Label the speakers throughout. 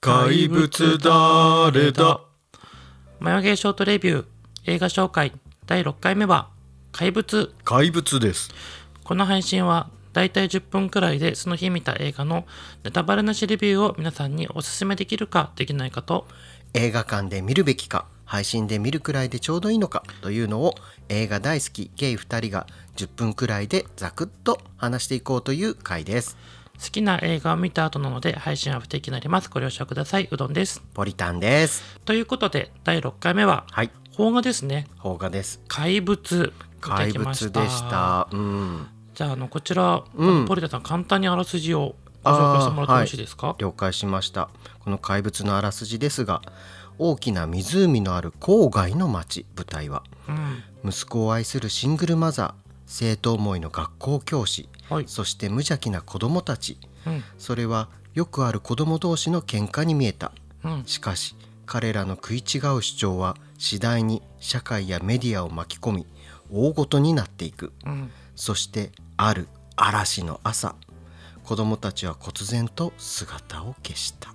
Speaker 1: 怪物誰だ
Speaker 2: マヨゲーショートレビュー映画紹介第6回目は怪物
Speaker 1: 怪物です
Speaker 2: この配信はだいたい10分くらいでその日見た映画のネタバレなしレビューを皆さんにおすすめできるかできないかと
Speaker 3: 映画館で見るべきか配信で見るくらいでちょうどいいのかというのを映画大好きゲイ2人が10分くらいでザクッと話していこうという回です
Speaker 2: 好きな映画を見た後なので配信は不定期になりますご了承くださいうどんです
Speaker 3: ポリタンです
Speaker 2: ということで第6回目は
Speaker 3: はい
Speaker 2: 邦画ですね
Speaker 3: 邦画です
Speaker 2: 怪物
Speaker 3: 怪物でした
Speaker 2: 見てきま
Speaker 3: うん
Speaker 2: じゃああのこちら、ポリタさん簡単にあらすじをご紹介してもらってよろしいですか、
Speaker 3: 了解しましたこの怪物のあらすじですが大きな湖のある郊外の町舞台は
Speaker 2: うん
Speaker 3: 息子を愛するシングルマザー生徒思いの学校教師、
Speaker 2: はい
Speaker 3: そして無邪気な子供たち
Speaker 2: うん
Speaker 3: それはよくある子供同士の喧嘩に見えた
Speaker 2: うん
Speaker 3: しかし彼らの食い違う主張は次第に社会やメディアを巻き込み大ごとになっていく
Speaker 2: うん
Speaker 3: そしてある嵐の朝子供たちは忽然と姿を消した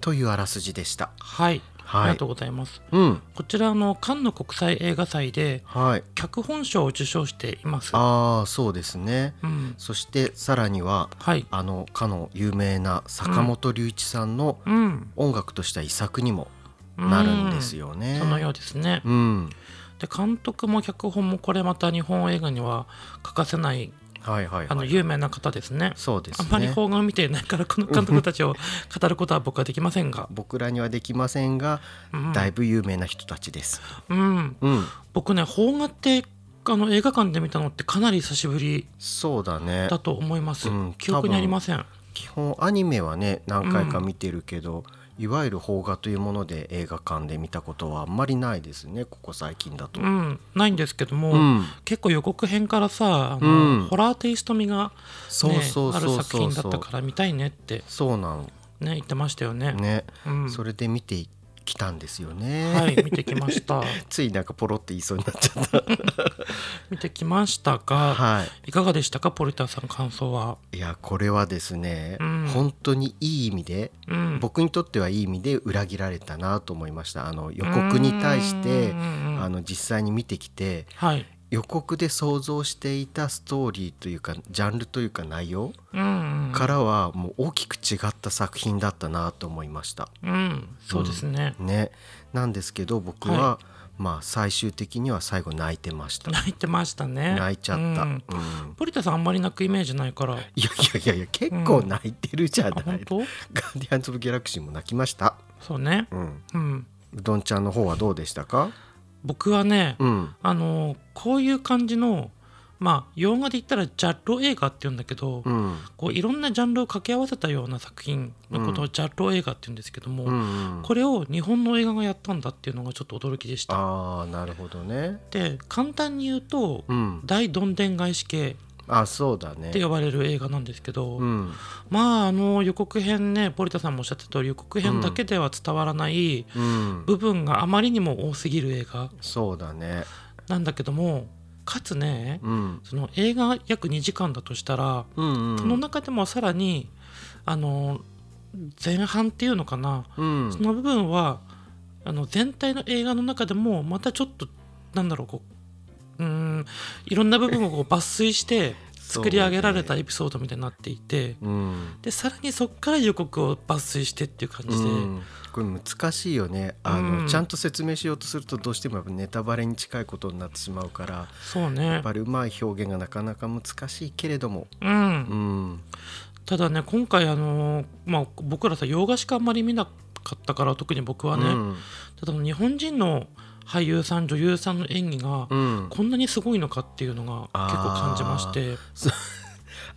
Speaker 3: というあらすじでした
Speaker 2: は
Speaker 3: は
Speaker 2: い、
Speaker 3: い
Speaker 2: ありがとうございます
Speaker 3: うん
Speaker 2: こちらあのカンヌ国際映画祭で
Speaker 3: はい
Speaker 2: 脚本賞を受賞しています
Speaker 3: ああそうですね
Speaker 2: うん
Speaker 3: そしてさらには
Speaker 2: はい
Speaker 3: あのかの有名な坂本龍一さんの
Speaker 2: うん
Speaker 3: 音楽とした遺作にもなるんですよね
Speaker 2: そのようですね、
Speaker 3: うん
Speaker 2: で監督も脚本もこれまた日本映画には欠かせない
Speaker 3: はいはい
Speaker 2: あの
Speaker 3: はい
Speaker 2: 有名な方ですね
Speaker 3: そうです
Speaker 2: あ
Speaker 3: ね
Speaker 2: んまり邦画を見ていないからこの監督たちを語ることは僕はできませんが、
Speaker 3: 僕らにはできませんが、
Speaker 2: うん
Speaker 3: だいぶ有名な人たちです
Speaker 2: うん、
Speaker 3: うん
Speaker 2: 僕ね邦画ってあの映画館で見たのってかなり久しぶり
Speaker 3: そうだね
Speaker 2: だと思います、
Speaker 3: うん
Speaker 2: 記憶にありません
Speaker 3: 基本アニメはね何回か見てるけど、いわゆる邦画というもので映画館で見たことはあんまりないですねここ最近だと、
Speaker 2: うんないんですけども、
Speaker 3: うん
Speaker 2: 結構予告編からさあの、
Speaker 3: うん
Speaker 2: ホラーテイスト味が、ね、
Speaker 3: そうそうそう
Speaker 2: あ
Speaker 3: そう
Speaker 2: る作
Speaker 3: そう
Speaker 2: 品だったから見たいねって、
Speaker 3: そうなの
Speaker 2: ね、言ってましたよね。
Speaker 3: ね、
Speaker 2: うん
Speaker 3: それで見てきたんですよね、
Speaker 2: はい見てきました
Speaker 3: ついなんかポロって言いそうになっちゃった
Speaker 2: 見てきましたが、、
Speaker 3: はい
Speaker 2: かがでしたかポリターさん感想は。
Speaker 3: いいやこれはですね、
Speaker 2: うん
Speaker 3: 本当にいい意味で
Speaker 2: うん、
Speaker 3: 僕にとってはいい意味で裏切られたなと思いましたあの予告に対して
Speaker 2: うんうんうん
Speaker 3: あの実際に見てきて
Speaker 2: はい、
Speaker 3: 予告で想像していたストーリーというかジャンルというか内容
Speaker 2: うんうん
Speaker 3: からはもう大きく違った作品だったなと思いました
Speaker 2: うん、そうですね。
Speaker 3: ねなんですけど僕は、まあ最終的には最後泣いてました
Speaker 2: 泣いてましたね。
Speaker 3: 泣いちゃった、
Speaker 2: う
Speaker 3: うんん
Speaker 2: ポリタさんあんまり泣くイメージないから。あ
Speaker 3: いやいやいやいや結構泣いてるじゃない、
Speaker 2: 本当？
Speaker 3: ガーディアンズ・オブ・ギャラクシーも泣きました
Speaker 2: そうね。
Speaker 3: うん
Speaker 2: うん。
Speaker 3: うどんちゃんの方はどうでしたか
Speaker 2: 僕はね、
Speaker 3: うん
Speaker 2: あのーこういう感じのまあ洋画で言ったらジャンル映画って言うんだけど、
Speaker 3: うん
Speaker 2: こういろんなジャンルを掛け合わせたような作品のことをジャンル映画って言うんですけども、
Speaker 3: うんうん
Speaker 2: これを日本の映画がやったんだっていうのがちょっと驚きでした。
Speaker 3: ああなるほどね
Speaker 2: で簡単に言うと、
Speaker 3: うん
Speaker 2: 大どんでん返し系
Speaker 3: あそうだね
Speaker 2: って呼ばれる映画なんですけど、
Speaker 3: うん
Speaker 2: まああの予告編ねポリタさんもおっしゃった通り予告編だけでは伝わらない
Speaker 3: うん
Speaker 2: 部分があまりにも多すぎる映画
Speaker 3: そうだね
Speaker 2: なんだけどもかつね
Speaker 3: うん
Speaker 2: その映画約2時間だとしたら
Speaker 3: うんうん
Speaker 2: その中でもさらにあの前半っていうのかな
Speaker 3: うん
Speaker 2: その部分はあの全体の映画の中でもまたちょっとなんだろうこううーんいろんな部分 をこう抜粋して作り上げられたエピソードみたいになっていて。
Speaker 3: うん
Speaker 2: でさらにそっから予告を抜粋してっていう感
Speaker 3: う
Speaker 2: じで、
Speaker 3: んこれ難しいよねあの、
Speaker 2: うん
Speaker 3: ちゃんと説明しようとするとどうしてもやっぱネタバレに近いことになってしまうから
Speaker 2: そう
Speaker 3: や
Speaker 2: ね
Speaker 3: っぱりうまい表現がなかなか難しいけれども
Speaker 2: うん、
Speaker 3: うん
Speaker 2: ただね今回あのーまあ、僕らさ洋画しかあんまり見なかったから特に僕はね、
Speaker 3: うん
Speaker 2: ただ日本人の俳優さん女優さんの演技が
Speaker 3: うん
Speaker 2: こんなにすごいのかっていうのが
Speaker 3: あー
Speaker 2: 結構感じまして、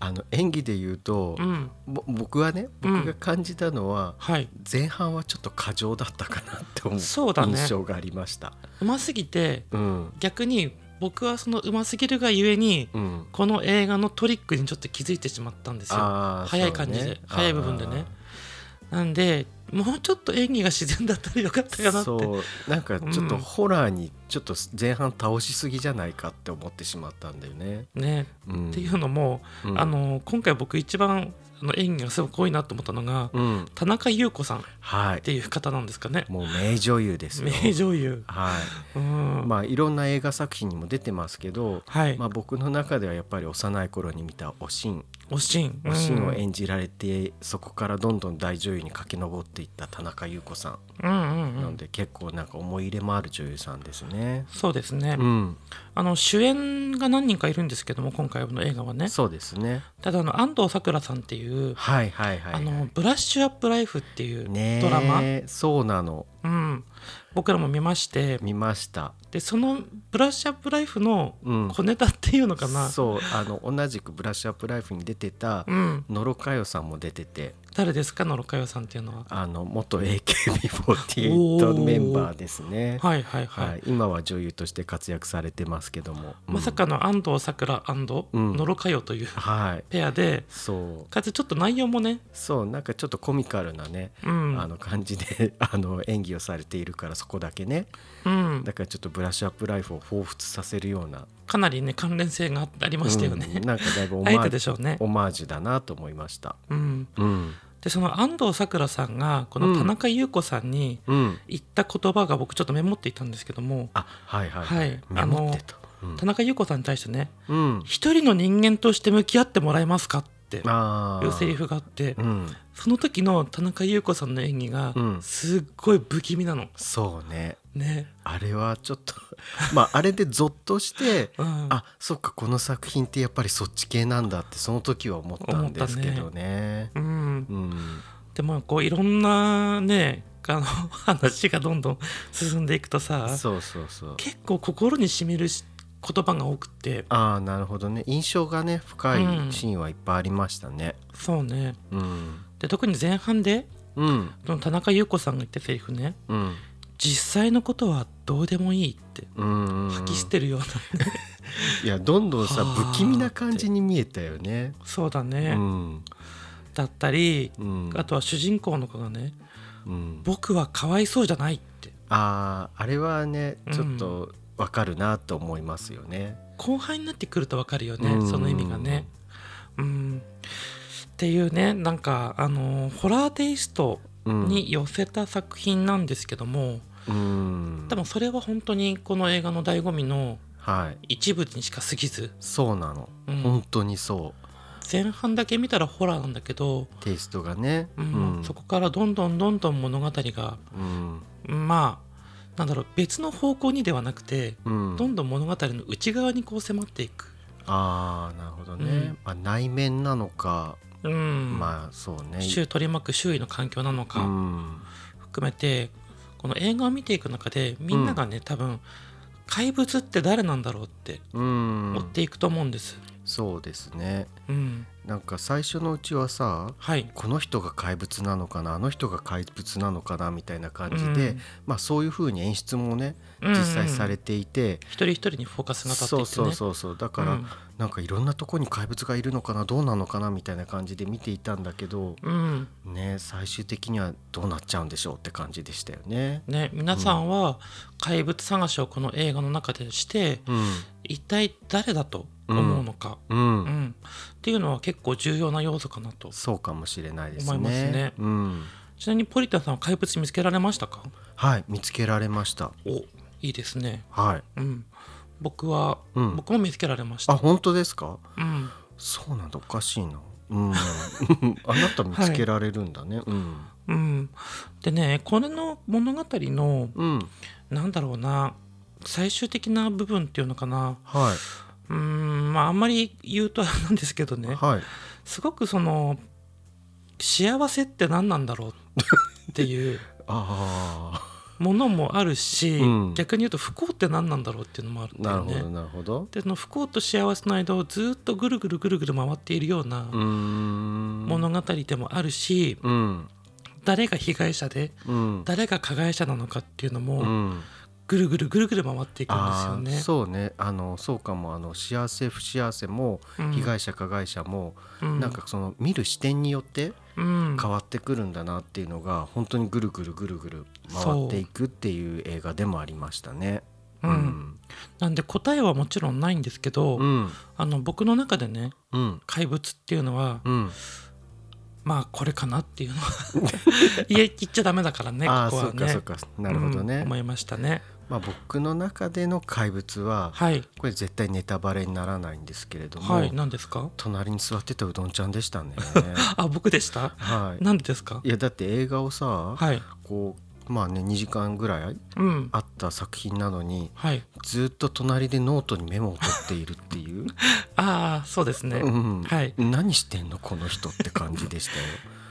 Speaker 3: あの演技で言うと、
Speaker 2: うん、
Speaker 3: ぼ僕はね
Speaker 2: うん
Speaker 3: 僕が感じたのは、
Speaker 2: はい
Speaker 3: 前半はちょっと過剰だったかなって思う
Speaker 2: そうだね
Speaker 3: 印象がありました。
Speaker 2: うますぎて
Speaker 3: うん
Speaker 2: 逆に僕はそのうますぎるがゆえに
Speaker 3: うん、
Speaker 2: この映画のトリックにちょっと気づいてしまったんですよ。
Speaker 3: あー
Speaker 2: 早い感じで
Speaker 3: そうね
Speaker 2: 早い部分でねなんでもうちょっと演技が自然だったらよかっ
Speaker 3: あ
Speaker 2: たか
Speaker 3: ー
Speaker 2: なって
Speaker 3: そうなんかちょっとホラーにちょっと前半倒しすぎじゃないかって思ってしまったんだよね。
Speaker 2: ね、
Speaker 3: うん、
Speaker 2: っていうのも、
Speaker 3: うん
Speaker 2: あの今回僕一番の演技がすごく多いなと思ったのが、
Speaker 3: うん、
Speaker 2: 田中優子さんっ
Speaker 3: はい
Speaker 2: ていう方なんですかね
Speaker 3: もう名女優ですよ
Speaker 2: 名女優
Speaker 3: は
Speaker 2: うん
Speaker 3: い、まあいろんな映画作品にも出てますけど、
Speaker 2: はい、
Speaker 3: まあ、僕の中ではやっぱり幼い頃に見たおしん
Speaker 2: おしん
Speaker 3: おしんを
Speaker 2: うん
Speaker 3: 演じられて、そこからどんどん大女優に駆け上っていった田中優子さ
Speaker 2: うんうん
Speaker 3: ん
Speaker 2: う
Speaker 3: なん
Speaker 2: ん
Speaker 3: で結構なんか思い入れもある女優さんですね。
Speaker 2: そうですね、
Speaker 3: うん、
Speaker 2: あの主演が何人かいるんですけども今回の映画はね
Speaker 3: そうですね。
Speaker 2: ただあの安藤サクラさんっていう、
Speaker 3: はいはいはい、はい。
Speaker 2: あのブラッシュアップライフっていう
Speaker 3: ねえ
Speaker 2: ドラマ、
Speaker 3: そうなの
Speaker 2: うん、僕らも見まして
Speaker 3: 見ました。
Speaker 2: でそのブラッシュアップライフの
Speaker 3: うん
Speaker 2: 小ネタっていうのかな、
Speaker 3: そうあの同じくブラッシュアップライフに出てた
Speaker 2: うん、
Speaker 3: 野呂佳代さんも出てて
Speaker 2: 誰ですか野呂佳代さんっていうのは
Speaker 3: あの元 AKB48 メンバーですね。
Speaker 2: はいはいはい、
Speaker 3: はい、今は女優として活躍されてますけども、うん
Speaker 2: まさかの安藤サクラ野
Speaker 3: うん
Speaker 2: 呂佳代という
Speaker 3: はい
Speaker 2: ペアで
Speaker 3: そう
Speaker 2: かつちょっと内容もね、
Speaker 3: そうなんかちょっとコミカルなね、
Speaker 2: うん
Speaker 3: あの感じで あの演技をされているからそこだけね
Speaker 2: うん、
Speaker 3: だからちょっとブラッシュアップライフを彷彿させるような
Speaker 2: かなりね関連性がありましたよね、
Speaker 3: うんなんか だいぶオマ
Speaker 2: あえて
Speaker 3: ージ
Speaker 2: で
Speaker 3: ュ
Speaker 2: しょうね、
Speaker 3: オマージュだなと思いました。
Speaker 2: うん、
Speaker 3: うん、
Speaker 2: でその安藤サクラさんがこの田中優子さんに
Speaker 3: うん、
Speaker 2: 言った言葉が僕ちょっとメモっていたんですけども、
Speaker 3: あはいはい、
Speaker 2: はい
Speaker 3: メモってた。うん
Speaker 2: 田中優子さんに対してね
Speaker 3: うん
Speaker 2: 「一人の人間として向き合ってもらえますか?」ってい
Speaker 3: あー
Speaker 2: うセリフがあって
Speaker 3: うん、
Speaker 2: その時の田中優子さんの演技が
Speaker 3: うん
Speaker 2: すっごい不気味なの
Speaker 3: そうね
Speaker 2: ね。
Speaker 3: あれはちょっと まああれでゾッとして
Speaker 2: うん
Speaker 3: あそっかこの作品ってやっぱりそっち系なんだってその時は思ったんですけどね。
Speaker 2: うん
Speaker 3: うん、
Speaker 2: でもこういろんなねあの 話がどんどん進んでいくとさ
Speaker 3: そうそうそう
Speaker 2: 結構心にしみるし言葉が多くて
Speaker 3: ああなるほどね印象がね深
Speaker 2: うん
Speaker 3: いシーンはいっぱいありましたね
Speaker 2: そうね
Speaker 3: うん
Speaker 2: で特に前半で
Speaker 3: うん
Speaker 2: その田中優子さんが言ったセリフね
Speaker 3: うん
Speaker 2: 実際のことはどうでもいいって
Speaker 3: うん
Speaker 2: 吐き捨てるような、
Speaker 3: いやどんどんさ
Speaker 2: はあ
Speaker 3: 不気味な感じに見えたよね
Speaker 2: そうだ
Speaker 3: う
Speaker 2: ね、
Speaker 3: ん
Speaker 2: だったり
Speaker 3: うん
Speaker 2: あとは主人公の子がね
Speaker 3: うん
Speaker 2: 「僕はかわいそうじゃない」って
Speaker 3: あーあれはねちょっとわかるなと思いますよね
Speaker 2: 後輩になってくるとわかるよ
Speaker 3: う
Speaker 2: ね
Speaker 3: ん
Speaker 2: その意味がね。うんっていうねなんかあのーホラーテイスト
Speaker 3: うん
Speaker 2: に寄せた作品なんですけども、
Speaker 3: うん
Speaker 2: 多分それは本当にこの映画の醍醐味の
Speaker 3: はい
Speaker 2: 一部にしか過ぎず、
Speaker 3: そうなの
Speaker 2: うん
Speaker 3: 本当にそ
Speaker 2: 前半だけ見たらホラーなんだけど、
Speaker 3: うテイストがね
Speaker 2: う
Speaker 3: うんん
Speaker 2: そこからどんどんどんどん物語が
Speaker 3: うん
Speaker 2: まあなんだろう別の方向にではなくて
Speaker 3: うん
Speaker 2: どんどん物語の内側にこう迫っていく、
Speaker 3: ああなるほどね、
Speaker 2: うん
Speaker 3: まあ、内面なのか、
Speaker 2: うん
Speaker 3: まあそうね
Speaker 2: 周取り巻く周囲の環境なの
Speaker 3: う
Speaker 2: か
Speaker 3: ん
Speaker 2: 含めて、この映画を見ていく中でみんながね、多分怪物って誰なんだろうって
Speaker 3: うん
Speaker 2: 追っていくと思うんです。
Speaker 3: そうですね
Speaker 2: うん、
Speaker 3: なんか最初のうちはさ
Speaker 2: はい、
Speaker 3: この人が怪物なのかなあの人が怪物なのかなみたいな感じで、
Speaker 2: うん
Speaker 3: まあそういう風に演出もね
Speaker 2: うん
Speaker 3: 実際されていて、
Speaker 2: 一人一人にフォーカスが立ってい
Speaker 3: そう
Speaker 2: って
Speaker 3: そ
Speaker 2: ね
Speaker 3: うそうそうだから、
Speaker 2: うん
Speaker 3: なんかいろんなとこに怪物がいるのかなどうなのかなみたいな感じで見ていたんだけど、
Speaker 2: うん
Speaker 3: ね最終的にはどうなっちゃうんでしょうって感じでしたよね。
Speaker 2: ね、皆さんは怪物探しをこの映画の中でして
Speaker 3: うん
Speaker 2: 一体誰だと思うのか、
Speaker 3: うん
Speaker 2: うん、っていうのは結構重要な要素かなと
Speaker 3: そうかもしれないですね。
Speaker 2: 思いますね
Speaker 3: うん、
Speaker 2: ちなみにポリタンさんは怪物見つけられましたか
Speaker 3: はい、見つけられました。
Speaker 2: おいいですね
Speaker 3: はい。
Speaker 2: うん僕は、
Speaker 3: うん
Speaker 2: 僕も見つけられまし
Speaker 3: あ、
Speaker 2: た
Speaker 3: 本当ですか。
Speaker 2: うん
Speaker 3: そうなんだ、おかしいな。 うん、あなた見つけられるんだね。うん、
Speaker 2: うんでねこれの物語の
Speaker 3: うん、
Speaker 2: なんだろうな最終的な部分っていうのかな
Speaker 3: は
Speaker 2: うんまああんまり言うとあれなんですけど
Speaker 3: い、
Speaker 2: ね
Speaker 3: はい。
Speaker 2: すごくその幸せって何なんだろうっていう
Speaker 3: あ
Speaker 2: ものもあるし、
Speaker 3: うん
Speaker 2: 逆に言うと不幸って何なんだろうっていうのもあるん
Speaker 3: あ、
Speaker 2: だ
Speaker 3: な
Speaker 2: よ
Speaker 3: るほ
Speaker 2: ね
Speaker 3: ど、。なるほど。
Speaker 2: でその不幸と幸せの間をずっとぐるぐるぐるぐる回っているような
Speaker 3: うーん、
Speaker 2: 物語でもあるし、
Speaker 3: うん、
Speaker 2: 誰が被害者で
Speaker 3: うん、
Speaker 2: 誰が加害者なのかっていうの
Speaker 3: う
Speaker 2: も
Speaker 3: ん。
Speaker 2: ぐるぐるぐるぐる回っていくんで
Speaker 3: あ
Speaker 2: すよ
Speaker 3: あ
Speaker 2: ね
Speaker 3: ー、。そうね、あの、そうかも、あの、幸せ不幸せも、
Speaker 2: うん
Speaker 3: 被害者加害者も、
Speaker 2: うん
Speaker 3: なんか、その、見る視点によって。
Speaker 2: うん
Speaker 3: 変わってくるんだなっていうのが本当にぐるぐるぐるぐる回っていくっていう映画でもありましたね。
Speaker 2: そうなんで答えはもちろんないんですけど、
Speaker 3: うんうん
Speaker 2: あの僕の中でね
Speaker 3: うん
Speaker 2: 怪物っていうのは
Speaker 3: うん
Speaker 2: まあこれかなっていう のは言え言っちゃダメだからね
Speaker 3: ああ
Speaker 2: ここ
Speaker 3: そ
Speaker 2: は
Speaker 3: うか
Speaker 2: ね
Speaker 3: そうかなるほどね、
Speaker 2: うん思いましたね
Speaker 3: まあ、僕の中での怪物は、
Speaker 2: はい
Speaker 3: これ絶対ネタバレにならないんですけれども、
Speaker 2: はい何ですか
Speaker 3: 隣に座ってたうどんちゃんで したね
Speaker 2: あ僕でした
Speaker 3: はい
Speaker 2: 何でですか
Speaker 3: いやだって映画をさ、
Speaker 2: はい
Speaker 3: こうまあね2時間ぐらい
Speaker 2: うん
Speaker 3: あった作品なのに
Speaker 2: はい
Speaker 3: ずっと隣でノートにメモを取っているっていう、
Speaker 2: ああそうですね
Speaker 3: うん
Speaker 2: はい
Speaker 3: 何してんのこの人って感じでしたよ。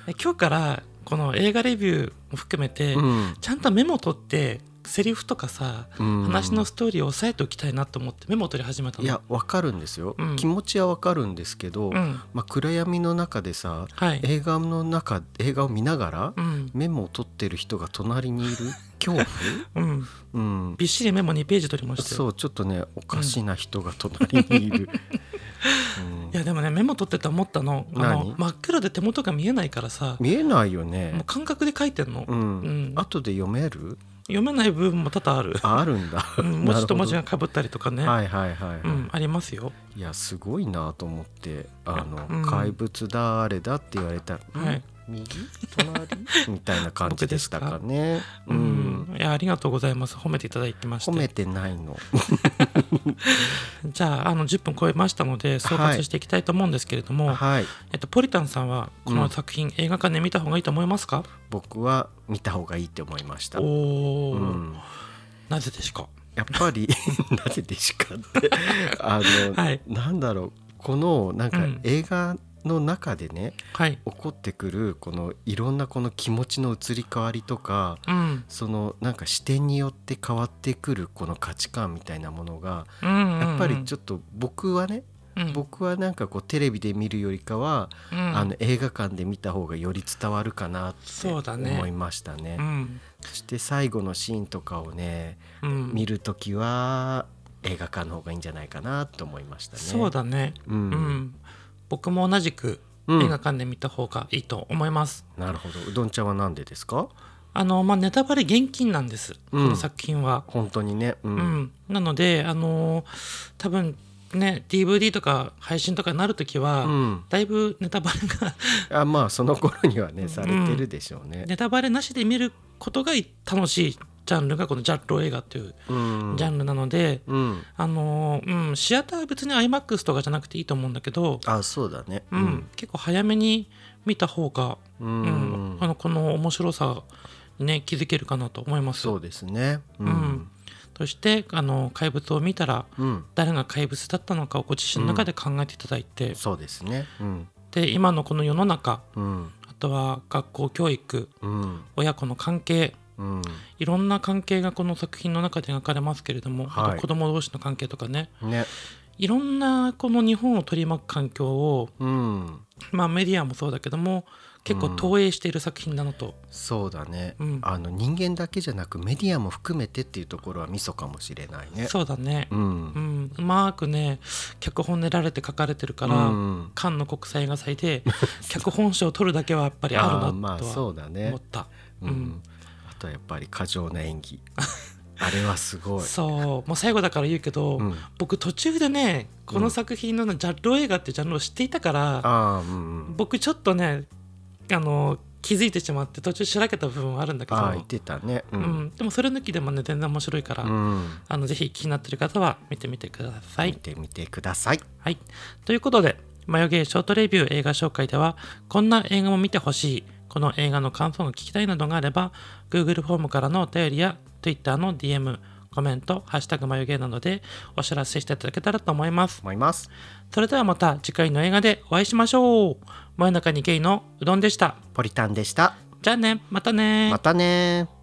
Speaker 2: え今日からこの映画レビューも含め て
Speaker 3: うん
Speaker 2: ちゃんとメモ取ってセリフとかさ
Speaker 3: うん
Speaker 2: 話のストーリーを押さえておきたいなと思ってメモを取り始めたの
Speaker 3: いやわかるんですよ、
Speaker 2: うん
Speaker 3: 気持ちはわかるんですけど、
Speaker 2: うん
Speaker 3: まあ、暗闇の中でさ
Speaker 2: はい
Speaker 3: 映画の中映画を見ながら
Speaker 2: うん
Speaker 3: メモを取ってる人が隣 にいる恐怖、
Speaker 2: うん
Speaker 3: うん、
Speaker 2: びっしりメモ2ページ取りましたよ
Speaker 3: そうちょっとねおかしな人が隣にいる、うん
Speaker 2: いやでもねメモ取ってて思ったのあの
Speaker 3: 何
Speaker 2: 真っ暗で手元が見えないからさ
Speaker 3: 見えないよ
Speaker 2: もう
Speaker 3: ね、
Speaker 2: 感覚で書いてんの、
Speaker 3: うん
Speaker 2: うん
Speaker 3: 後で読める
Speaker 2: 読めない部分も多々 ある
Speaker 3: ああるんだ、
Speaker 2: うん文字と文字
Speaker 3: な
Speaker 2: が
Speaker 3: る
Speaker 2: かぶったりとかね、
Speaker 3: ほどはいはいはい、はい
Speaker 2: うん、ありますよ
Speaker 3: いやすごいなと思って「あの、
Speaker 2: うん
Speaker 3: 怪物だあれだ」って言われたら「
Speaker 2: はい
Speaker 3: ん右 隣?」みたいな感じでしたかね。う
Speaker 2: うんん、いやありがとうございます褒めていただきまし
Speaker 3: 褒め
Speaker 2: て
Speaker 3: てないの。
Speaker 2: じゃああの10分超えましたので総括していきたいと思うんですけれど も、
Speaker 3: はい。
Speaker 2: えっと、ポリタンさんはこの作品、映画館で見た方がいいと思いますか
Speaker 3: 僕は見た方がいいって思いました。
Speaker 2: お
Speaker 3: う
Speaker 2: お、
Speaker 3: ん、
Speaker 2: なぜですか
Speaker 3: やっぱり なぜでしかってあの、
Speaker 2: はい
Speaker 3: なんだろうこのなんか
Speaker 2: うん
Speaker 3: 映画の中でね、
Speaker 2: はい
Speaker 3: 起こってくるこのいろんなこの気持ちの移り変わりとか
Speaker 2: うん
Speaker 3: そのなんか視点によって変わってくるこの価値観みたいなものが
Speaker 2: うん
Speaker 3: やっぱりち
Speaker 2: ょっ
Speaker 3: ょっと僕はね、
Speaker 2: と、うん
Speaker 3: 僕はなんかこうテレビで見るよりかは、
Speaker 2: うん
Speaker 3: あの映画館で見た方がより伝わるかなって
Speaker 2: そうだね
Speaker 3: 思いましたね。
Speaker 2: うん
Speaker 3: そして最後のシーンとかをね、
Speaker 2: うん
Speaker 3: 見るときは映画館の方がいいんじゃないかなと思いましたね。
Speaker 2: そうだね
Speaker 3: う
Speaker 2: うん、
Speaker 3: ん、
Speaker 2: 僕も同じく
Speaker 3: うん
Speaker 2: 映画館で見た方がいいと思います、
Speaker 3: なるほどうどんちゃんは何でですか
Speaker 2: あのまあネタバレ厳禁なんです、
Speaker 3: うん
Speaker 2: この作品は
Speaker 3: 本当にね、うん
Speaker 2: うん、なのであのー多分ね DVD とか配信とかになる時は、
Speaker 3: うん
Speaker 2: だいぶネタバレ が
Speaker 3: あまあその頃にはねされてるでしょうね。
Speaker 2: ネタバレなしで見ることが楽しいジャンルがこのジャッロ映画という
Speaker 3: うん
Speaker 2: ジャンルなので、
Speaker 3: うん、
Speaker 2: あのーうん、シアターは別に IMAX とかじゃなくていいと思うんだけど、
Speaker 3: あそうだね。
Speaker 2: うん結構早めに見た方が、
Speaker 3: う
Speaker 2: うん
Speaker 3: ん
Speaker 2: あのこの面白さにね気づけるかなと思います。
Speaker 3: そうですね。う
Speaker 2: うん、そしてあの怪物を見たら
Speaker 3: うん
Speaker 2: 誰が怪物だったのかをご自身の中で考えていただいて、
Speaker 3: そうですね。うん、
Speaker 2: で今のこの世の中
Speaker 3: うん、
Speaker 2: あとは学校教育
Speaker 3: うん、
Speaker 2: 親子の関係
Speaker 3: うん、
Speaker 2: いろんな関係がこの作品の中で描かれますけれども、
Speaker 3: はい
Speaker 2: あと子供同士の関係とかね
Speaker 3: ね、
Speaker 2: いろんなこの日本を取り巻く環境を、
Speaker 3: うん、
Speaker 2: まあ、メディアもそうだけども結構投影している作品なのと、
Speaker 3: そうだね。
Speaker 2: うん
Speaker 3: あの人間だけじゃなくメディアも含めてっていうところはミソかもしれないね。
Speaker 2: そうだね、
Speaker 3: うん
Speaker 2: う、ん、うまくね脚本練られて書かれてるか
Speaker 3: う
Speaker 2: ら、
Speaker 3: ん、
Speaker 2: カンヌ国際映画祭で 脚本賞を取るだけはやっぱりあ
Speaker 3: あー
Speaker 2: る
Speaker 3: ま
Speaker 2: な
Speaker 3: あ
Speaker 2: と
Speaker 3: そ
Speaker 2: は
Speaker 3: うだね
Speaker 2: 思った。
Speaker 3: うん、
Speaker 2: うん
Speaker 3: あとはやっぱり過剰な演 技。あれはすごい。
Speaker 2: そうもう最後だから言うけど、
Speaker 3: うん
Speaker 2: 僕途中でねこの作品のねジャンル映画ってジャンルを知っていたから、
Speaker 3: ああ、うん、
Speaker 2: 僕ちょっとねあの気づいてしまって途中しらけた部分はあるんだけど、
Speaker 3: ああ、言ってたね。う
Speaker 2: うん
Speaker 3: ん、
Speaker 2: でもそれ抜きでもね全然面白いから、
Speaker 3: うん、
Speaker 2: あのぜひ気になってる方は見てみてください
Speaker 3: 見。てみてください。
Speaker 2: はい。ということで、マヨゲーショートレビュー映画紹介では、こんな映画も見てほしい、この映画の感想が聞きたいなどがあれば、Google フォームからのお便りや Twitter の DM、コメント、ハッシュタグマヨゲーなどでお知らせしていただけたらと思います。
Speaker 3: 思います。
Speaker 2: それではまた次回の映画でお会いしましょう。真夜中にゲイのうどんでした。
Speaker 3: ポリタンでした。
Speaker 2: じゃあね、またね
Speaker 3: またねー